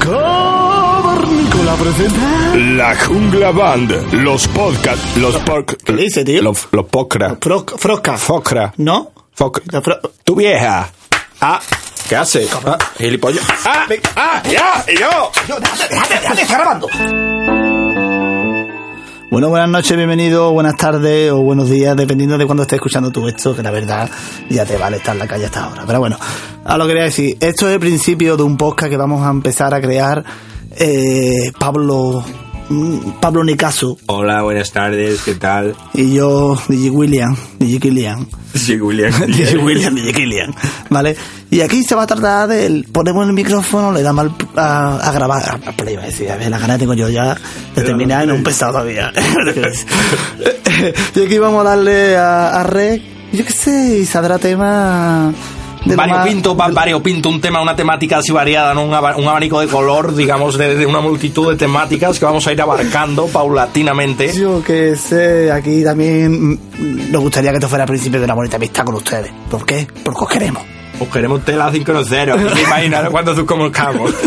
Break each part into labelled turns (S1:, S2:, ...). S1: Cavernícola presenta
S2: La Jungla Band, los podcast, los porc,
S1: ¿Qué dice, tío?
S2: los los pocra,
S1: Froc- Froca.
S2: focra,
S1: ¿No?
S2: foc,
S1: La fro-
S2: tu vieja. Ah, ¿qué hace? Ah, gilipollas. Ah, me- ah, ya, y yo.
S1: Bueno, buenas noches, bienvenido, buenas tardes o buenos días, dependiendo de cuando estés escuchando tú esto, que la verdad ya te vale estar en la calle hasta ahora. Pero bueno, a lo que quería decir, esto es el principio de un podcast que vamos a empezar a crear eh, Pablo mm, Pablo Nicaso
S3: Hola, buenas tardes, ¿qué tal?
S1: y yo, DJ William, DJ Killian.
S3: Soy William.
S1: DJ William, DJ Killian, ¿vale? Y aquí se va a tratar del... Ponemos el micrófono, le damos al- a, a grabar... A, a play, iba a decir, a ver, la gana tengo yo ya de terminar en un pesado todavía. y aquí vamos a darle a, a Rec, yo qué sé, y saldrá tema... de lo
S3: Vario
S1: más-
S3: Pinto, va- Vario Pinto, un tema, una temática así variada, ¿no? un, aba- un abanico de color, digamos, de, de una multitud de temáticas que vamos a ir abarcando paulatinamente.
S1: Yo que sé, aquí también mm, nos gustaría que esto fuera el principio de una bonita amistad con ustedes. ¿Por qué? Porque os queremos.
S3: Os queremos tela 5-0, imagínate cuando tú comunicamos.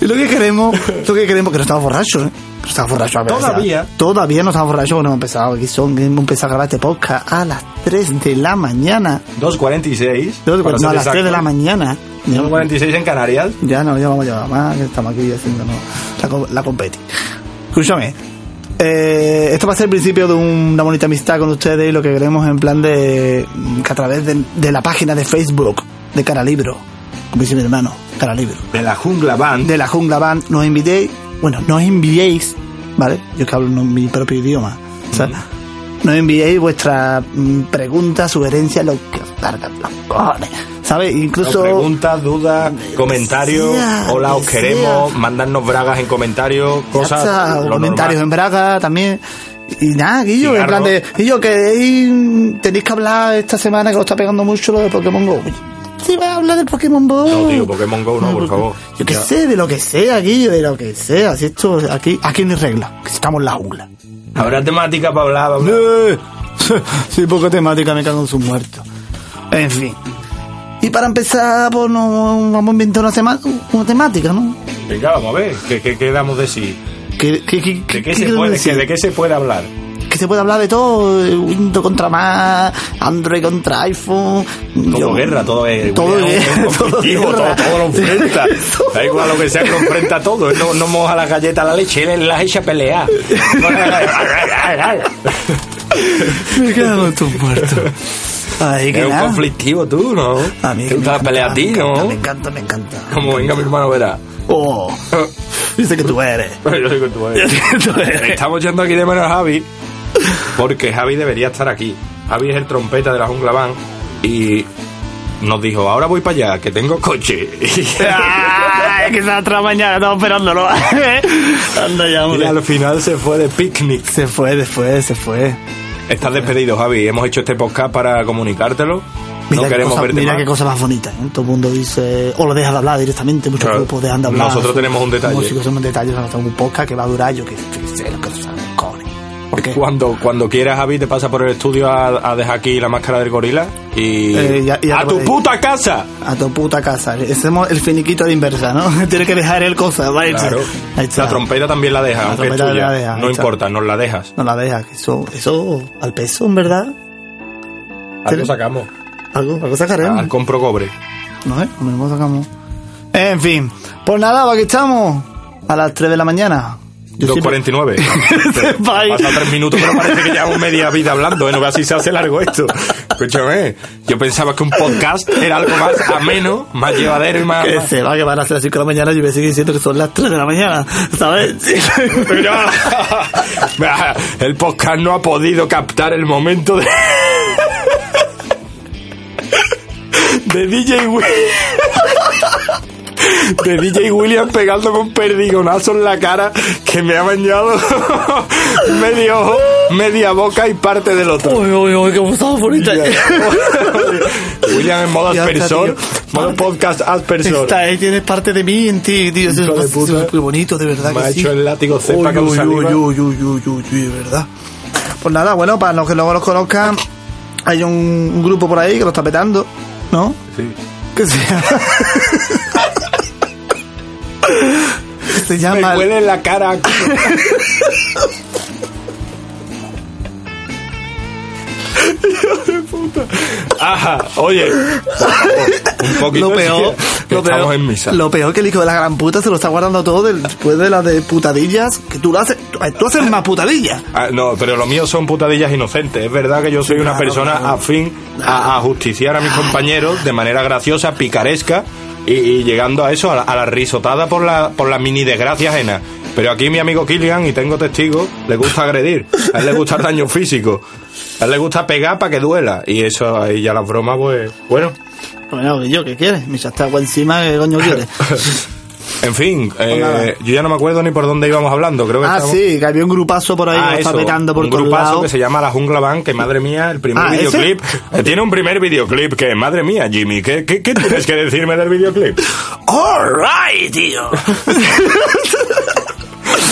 S1: Y lo que queremos, lo que queremos, que no estamos borrachos, ¿eh? Que No estamos borrachos. a ver,
S3: Todavía.
S1: o sea, todavía no estamos borrachos porque no hemos empezado. Aquí son, hemos empezado a grabar este podcast a las 3 de la mañana.
S3: 2.46.
S1: No,
S3: para ser
S1: a las 3 de la
S3: exactos.
S1: mañana. Ya,
S3: 2.46 en Canarias.
S1: ya no, ya vamos a llevar más, que estamos aquí haciendo no, la, co- la competi. Escúchame. eh, esto va a ser el principio de un- una bonita amistad con ustedes y lo que queremos en plan de que a través de, de la página de Facebook de Cara Libro, como dice mi hermano, Cara Libro
S3: De la Jungla Band.
S1: de la jungla van, nos invitéis, bueno, nos enviéis, ¿vale? Yo que hablo en mi propio idioma, o sea, nos enviéis vuestras mm, preguntas, sugerencias, lo que os salga por los cojones, ¿sabes? Incluso...
S3: Preguntas, dudas, comentarios.
S1: sea,
S3: Hola,
S1: lo
S3: os
S1: que
S3: queremos.
S1: sea.
S3: Mandarnos bragas en comentarios, cosas.
S1: WhatsApp,
S3: lo
S1: comentarios
S3: normal.
S1: en Braga también. Y nada, Guillo, en
S3: Cigarro.
S1: plan de. Guillo, que ahí tenéis que hablar esta semana que os está pegando mucho lo de Pokémon Go. Sí, va a hablar del Pokémon Go. Ah,
S3: No, tío, Pokémon Go no, por favor.
S1: Yo qué
S3: Ya.
S1: sé, de lo que sea, Guillo, de lo que sea. Si esto, aquí, aquí no hay regla, que estamos en la jungla.
S3: Habrá temática para hablar. para hablar.
S1: Eh, sí, poco temática, me cago en sus muertos. En fin. Y para empezar, pues no, vamos a inventar una, tema- una temática, ¿no?
S3: Venga, vamos a ver, ¿qué, qué, qué damos de sí?
S1: ¿Qué, qué, qué,
S3: ¿De qué,
S1: qué
S3: se
S1: quiero
S3: puede,
S1: decir?
S3: que- ¿De qué se puede hablar?
S1: que se puede hablar de todo, eh, Windows contra Mac, Android contra iPhone.
S3: Todo
S1: yo-
S3: guerra, todo es...
S1: Todo
S3: es
S1: guerra,
S3: un conflictivo,
S1: todo
S3: todo,
S1: guerra.
S3: todo lo enfrenta.
S1: Todo.
S3: Da igual lo que sea que lo enfrenta todo. Él no, no moja las galletas a la leche, él las echa a pelear.
S1: Me quedo tú muerto. Ay, que
S3: es un
S1: nada.
S3: conflictivo tú, ¿no?
S1: A mí
S3: Te
S1: que me encanta,
S3: gusta la pelea a ti,
S1: me encanta, Me
S3: ¿no?
S1: encanta, me encanta.
S3: Como venga mi hermano, verá.
S1: Oh, dice que tú eres.
S3: Yo digo, tú eh. eres.
S1: Tú eres.
S3: Estamos yendo aquí de menos a Javi, porque Javi debería estar aquí. Javi es el trompeta de la Jungla Van y nos dijo, ahora voy para allá, que tengo coche.
S1: Ah, es que se otra mañana, estamos esperándolo. Anda ya,
S3: y
S1: hombre.
S3: al final se fue de picnic.
S1: Se fue, se fue, se fue.
S3: Estás despedido, Javi. Hemos hecho este podcast para comunicártelo.
S1: Mira,
S3: no
S1: qué,
S3: queremos
S1: cosa,
S3: verte
S1: mira
S3: más.
S1: qué cosa más bonita. ¿eh? Todo el mundo dice, o lo deja de hablar directamente, muchos
S3: Claro.
S1: grupos dejan de hablar.
S3: Nosotros tenemos un detalle.
S1: Músicos somos detalles, nosotros tenemos un podcast que va a durar, yo que yo qué sé, lo que no saben, cojones. ¿Por qué?
S3: Cuando, cuando quieras, Javi, te pasa por el estudio a, a dejar aquí la máscara del gorila y...
S1: Eh, ya- ya
S3: ¡A
S1: te
S3: tu
S1: podéis.
S3: puta casa!
S1: A tu puta casa. Hacemos el finiquito de inversa, ¿no? Tienes que dejar el cosa, va a irse.
S3: Claro.
S1: Ahí está.
S3: La trompeta también la dejas,
S1: La
S3: aunque es
S1: trompeta
S3: tuya.
S1: la deja, ahí
S3: no
S1: está.
S3: importa, nos la dejas.
S1: No la dejas, que eso, eso, al peso, en verdad.
S3: Algo
S1: Sí.
S3: sacamos.
S1: Algo, algo sacaremos.
S3: Al compro cobre.
S1: No, eh, lo mismo sacamos. En fin, pues nada, aquí estamos. A las 3 de la mañana. Yo siempre- Este
S3: 2.49.
S1: Bye.
S3: Pasa tres minutos, pero parece que llevamos media vida hablando. ¿eh? No veas si se hace largo esto. Escúchame, yo pensaba que un podcast era algo más ameno, más llevadero y más...
S1: Que
S3: más-
S1: se va que van a ser las 5 de la mañana yo voy a seguir diciendo que son las 3 de la mañana, ¿sabes? Sí.
S3: Pero ya- el podcast no ha podido captar el momento de... De DJ Will. de DJ Williams pegando con perdigonazo en la cara que me ha bañado medio ojo, media boca y parte del otro.
S4: Uy, uy, uy, qué pasado bonita.
S3: William en modo
S1: Ya está,
S3: aspersor,
S1: tío.
S3: modo podcast aspersor.
S1: Esta, eh, tienes parte de mí en ti, tío. Eso
S3: Hijo de
S1: es
S3: puta.
S1: muy bonito, de verdad
S3: Me
S1: que
S3: ha
S1: sí.
S3: hecho el látigo cepa
S1: Uy,
S3: con
S1: uy,
S3: saliva.
S1: uy, uy, uy, uy, uy, uy, de verdad. Pues nada, bueno, para los que luego los conozcan, hay un, un grupo por ahí que lo está petando, ¿no?
S3: Sí.
S1: Que se llama... se
S3: Me
S1: llama...
S3: huele la cara. Ajá, oye, por favor, un poquito
S1: Lo
S3: de
S1: peor,
S3: silencio, que
S1: lo
S3: estamos
S1: peor,
S3: en misa.
S1: lo peor que el hijo de la gran puta se lo está guardando todo del- después de las de putadillas que tú lo haces, tú, eh, tú haces más putadillas.
S3: Ah, no, pero lo mío son putadillas inocentes. Es verdad que yo soy una
S1: Claro,
S3: persona
S1: claro. Ah.
S3: afín a, a justiciar a mis compañeros de manera graciosa, picaresca y, y llegando a eso, a la, a la risotada por la, por la mini desgracia ajena. Pero aquí mi amigo Kilian, y tengo testigos, le gusta agredir. A él le gusta el daño físico. A él le gusta pegar para que duela. Y eso, ahí ya las bromas, pues. Bueno.
S1: Bueno, yo, ¿qué quieres? Me echaste agua encima, ¿qué coño quieres?
S3: En fin, eh,
S1: Pues nada.
S3: yo ya no me acuerdo ni por dónde íbamos hablando. Creo que
S1: ah,
S3: estábamos-
S1: sí, que había un grupazo por ahí que
S3: Ah,
S1: lo está
S3: eso,
S1: petando por
S3: un
S1: todos
S3: grupazo que
S1: lados.
S3: se llama La Jungla Band, que madre mía, el primer
S1: Ah, ¿ese?
S3: videoclip. eh, Tiene un primer videoclip que, madre mía, Jimmy, ¿qué, qué, qué tienes que decirme del videoclip?
S1: All right, tío.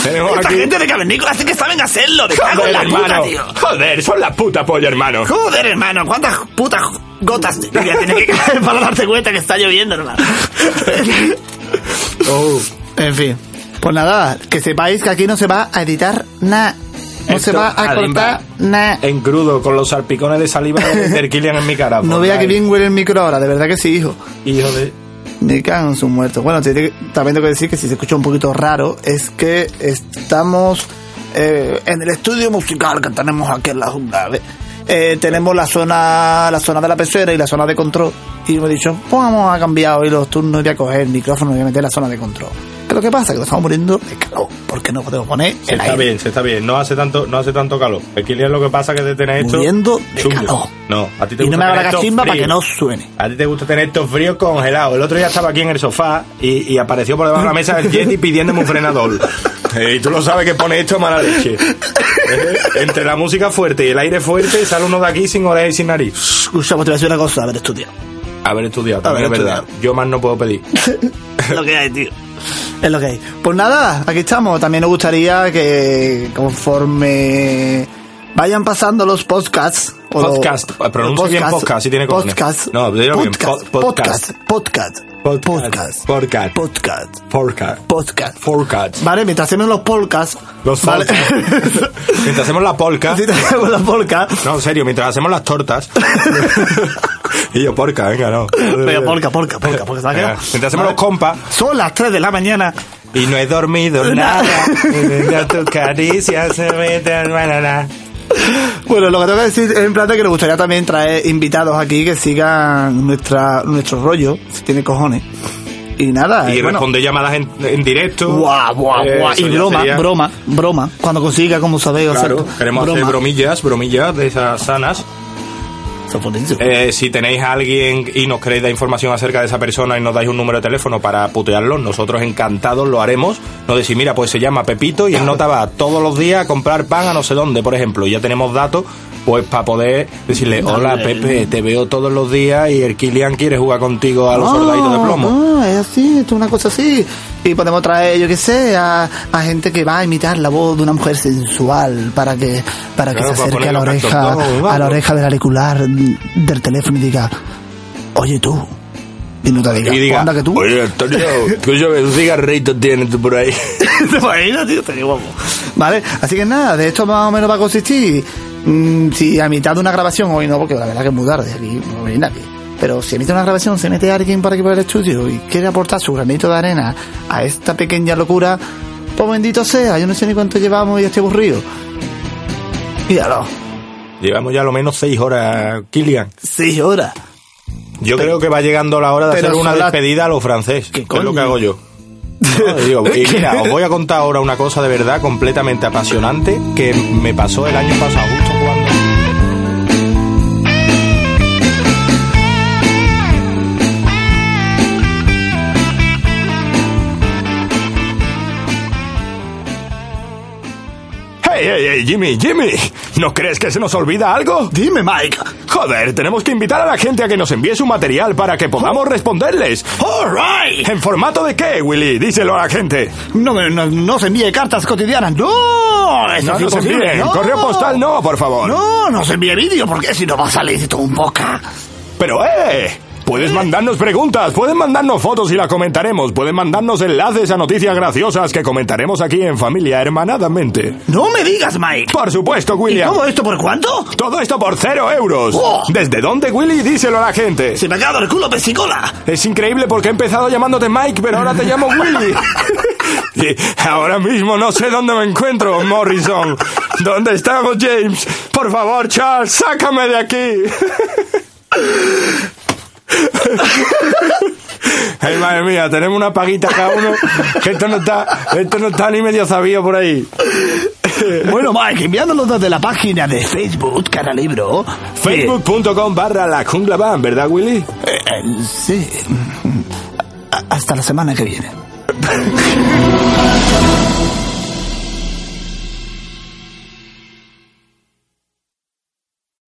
S3: Tenemos
S4: Esta
S3: aquí...
S4: gente de cavernícola así que saben hacerlo. Me cago en
S3: Joder,
S4: la puta,
S3: hermano.
S4: tío.
S3: Joder, son la puta polla, hermano.
S4: Joder, hermano, ¿cuántas putas gotas de lluvia tiene que caer para darte cuenta que está lloviendo, hermano?
S1: Oh. En fin, pues nada, que sepáis que aquí no se va a editar nada. No
S3: Esto,
S1: se va a
S3: además,
S1: cortar nada.
S3: En crudo, con los salpicones de saliva de Peter Killian en mi cara.
S1: No
S3: por
S1: vea que
S3: ahí.
S1: bien huele el micro ahora, de verdad que sí, hijo.
S3: Hijo de...
S1: Me cago en sus muertos. Bueno, te- te- también tengo que decir que si se escucha un poquito raro es que estamos eh, en el estudio musical que tenemos aquí en la jungla. ¿ves? Eh, tenemos la zona la zona de la pecera y la zona de control. Y me he dicho, pues vamos a cambiar hoy los turnos y voy a coger el micrófono y voy a meter la zona de control. Pero ¿qué pasa? Que nos estamos muriendo de calor. Porque no podemos poner
S3: Se
S1: el
S3: está
S1: aire.
S3: bien, se está bien. No hace tanto, no hace tanto calor. El Killian lo que pasa que de tener esto...
S1: Muriendo de
S3: chungo.
S1: calor.
S3: No, a ti te
S1: Y no me
S3: gusta
S1: haga
S3: tener
S1: la
S3: esto
S1: cachimba para
S3: frío.
S1: que no suene.
S3: A ti te gusta tener estos fríos congelados. El otro día estaba aquí en el sofá y, y apareció por debajo de la mesa el Yeti pidiéndome un frenador. Eh, Y tú lo sabes que pone esto mala leche. Eh, Entre la música fuerte y el aire fuerte sale uno de aquí sin oreja y sin nariz.
S1: Escucha, pues te voy a decir una cosa, a ver, estudia.
S3: Haber estudiado, también
S1: Haber
S3: es verdad. Yo más no puedo pedir.
S4: lo que hay, tío.
S1: Es lo que hay. Pues nada, aquí estamos. También nos gustaría que conforme vayan pasando los podcasts. o lo-
S3: Podcast, pronuncia bien podcast, si tiene cojones.
S1: podcast,
S3: No, dilo bien,
S1: podcast,
S3: po-
S1: podcast,
S3: podcast.
S1: podcast, podcast,
S3: Podcast. Podcast.
S1: podcast,
S3: Forecast.
S1: podcast.
S3: Forecast.
S1: Vale, mientras hacemos los podcasts.
S3: Los
S1: ¿vale?
S3: podcasts. Mientras hacemos la polca.
S1: Mientras hacemos los podcasts.
S3: No, en serio, mientras hacemos las tortas. y yo, porca, venga, no.
S1: Venga, polca, polca, polca, polca, ¿se va a
S3: Venga,
S1: quedar?
S3: Mientras hacemos los compas.
S1: Son las 3 de la mañana.
S3: Y no he dormido nada. Mientras tus caricias se meten, banana.
S1: Bueno, lo que tengo que decir es en plan de que nos gustaría también traer invitados aquí que sigan nuestra, nuestro rollo, si tiene cojones. Y nada.
S3: Y
S1: eh, bueno.
S3: responde llamadas en, en directo.
S1: Buah, buah,
S3: Eh,
S1: buah.
S3: eso
S1: Y
S3: ya
S1: broma,
S3: sería-
S1: broma, broma. Cuando consiga, como sabéis,
S3: Claro,
S1: hacer
S3: queremos hacer bromillas, bromillas de esas sanas.
S1: Está buenísimo.
S3: Eh, si tenéis a alguien y nos queréis dar información acerca de esa persona y nos dais un número de teléfono para putearlo, nosotros encantados lo haremos. Nos decís, mira, pues se llama Pepito y él nota va todos los días a comprar pan a no sé dónde, por ejemplo. Y ya tenemos datos, pues para poder decirle, hola Pepe, te veo todos los días y el Kilian quiere jugar contigo a los soldaditos de plomo.
S1: Ah, es así, esto es una cosa así. Y podemos traer, yo qué sé, a, a gente que va a imitar la voz de una mujer sensual para que, para que
S3: Claro,
S1: se
S3: para
S1: acerque a la
S3: ponerle
S1: oreja,
S3: cantos, vamos,
S1: a la
S3: vamos.
S1: oreja del auricular mm, del teléfono y diga, oye tú. Y no te diga,
S3: Y diga,
S1: "Anda que tú.
S3: oye Antonio, escúchame, un cigarrito tienes tú por ahí.
S1: Te imaginas, tío, te digo, guapo. Vale, así que nada, de esto más o menos va a consistir. mm, si a mitad de una grabación, hoy no, porque la verdad que es muy tarde, aquí no va a venir nadie. Pero si a mitad de una grabación se mete alguien para aquí para el estudio y quiere aportar su granito de arena a esta pequeña locura, pues bendito sea, yo no sé ni cuánto llevamos y ya estoy aburrido. Míralo,
S3: Llevamos ya lo menos seis horas, Kilian.
S1: seis horas.
S3: Yo creo que va llegando la hora de
S1: pero
S3: hacer una
S1: son las-
S3: despedida a los franceses.
S1: ¿Qué
S3: que es lo
S1: coño?
S3: que hago yo. No, digo, y mira, os voy a contar ahora una cosa de verdad completamente apasionante que me pasó el año pasado, justo cuando. ey, ey, ey, Jimmy, Jimmy, ¿no crees que se nos olvida algo?
S1: Dime, Mike.
S3: Joder, tenemos que invitar a la gente a que nos envíe su material para que podamos responderles.
S1: All right.
S3: ¿En formato de qué, Willy? Díselo a la gente.
S1: No, me- no, no se envíe cartas cotidianas. No, eso
S3: No
S1: es
S3: nos
S1: imposible.
S3: envíen.
S1: no.
S3: Correo postal no, por favor.
S1: No, no se envíe vídeo porque si no va a salir esto un boca.
S3: Pero, ¡eh! Puedes mandarnos preguntas, pueden mandarnos fotos y la comentaremos, pueden mandarnos enlaces a noticias graciosas que comentaremos aquí en familia hermanadamente.
S1: No me digas, Mike.
S3: Por supuesto,
S1: ¿Y
S3: William.
S1: todo esto por cuánto?
S3: Todo esto por cero euros.
S1: ¡Oh!
S3: ¿Desde dónde, Willy? Díselo a la gente.
S1: Se me ha quedado el culo pesicola.
S3: Es increíble porque he empezado llamándote Mike, pero ahora te llamo Willy. Y ahora mismo no sé dónde me encuentro, Morrison. ¿Dónde estamos, James? Por favor, Charles, sácame de aquí. Ay, madre mía, tenemos una paguita cada uno. Que esto no está, esto no está ni medio sabido por ahí.
S1: Eh, Bueno, Mike, enviándonos desde la página de Facebook, cada libro.
S3: Facebook.com barra la jungla van, ¿verdad, Willy?
S1: Eh, eh, sí. A- Hasta la semana que viene.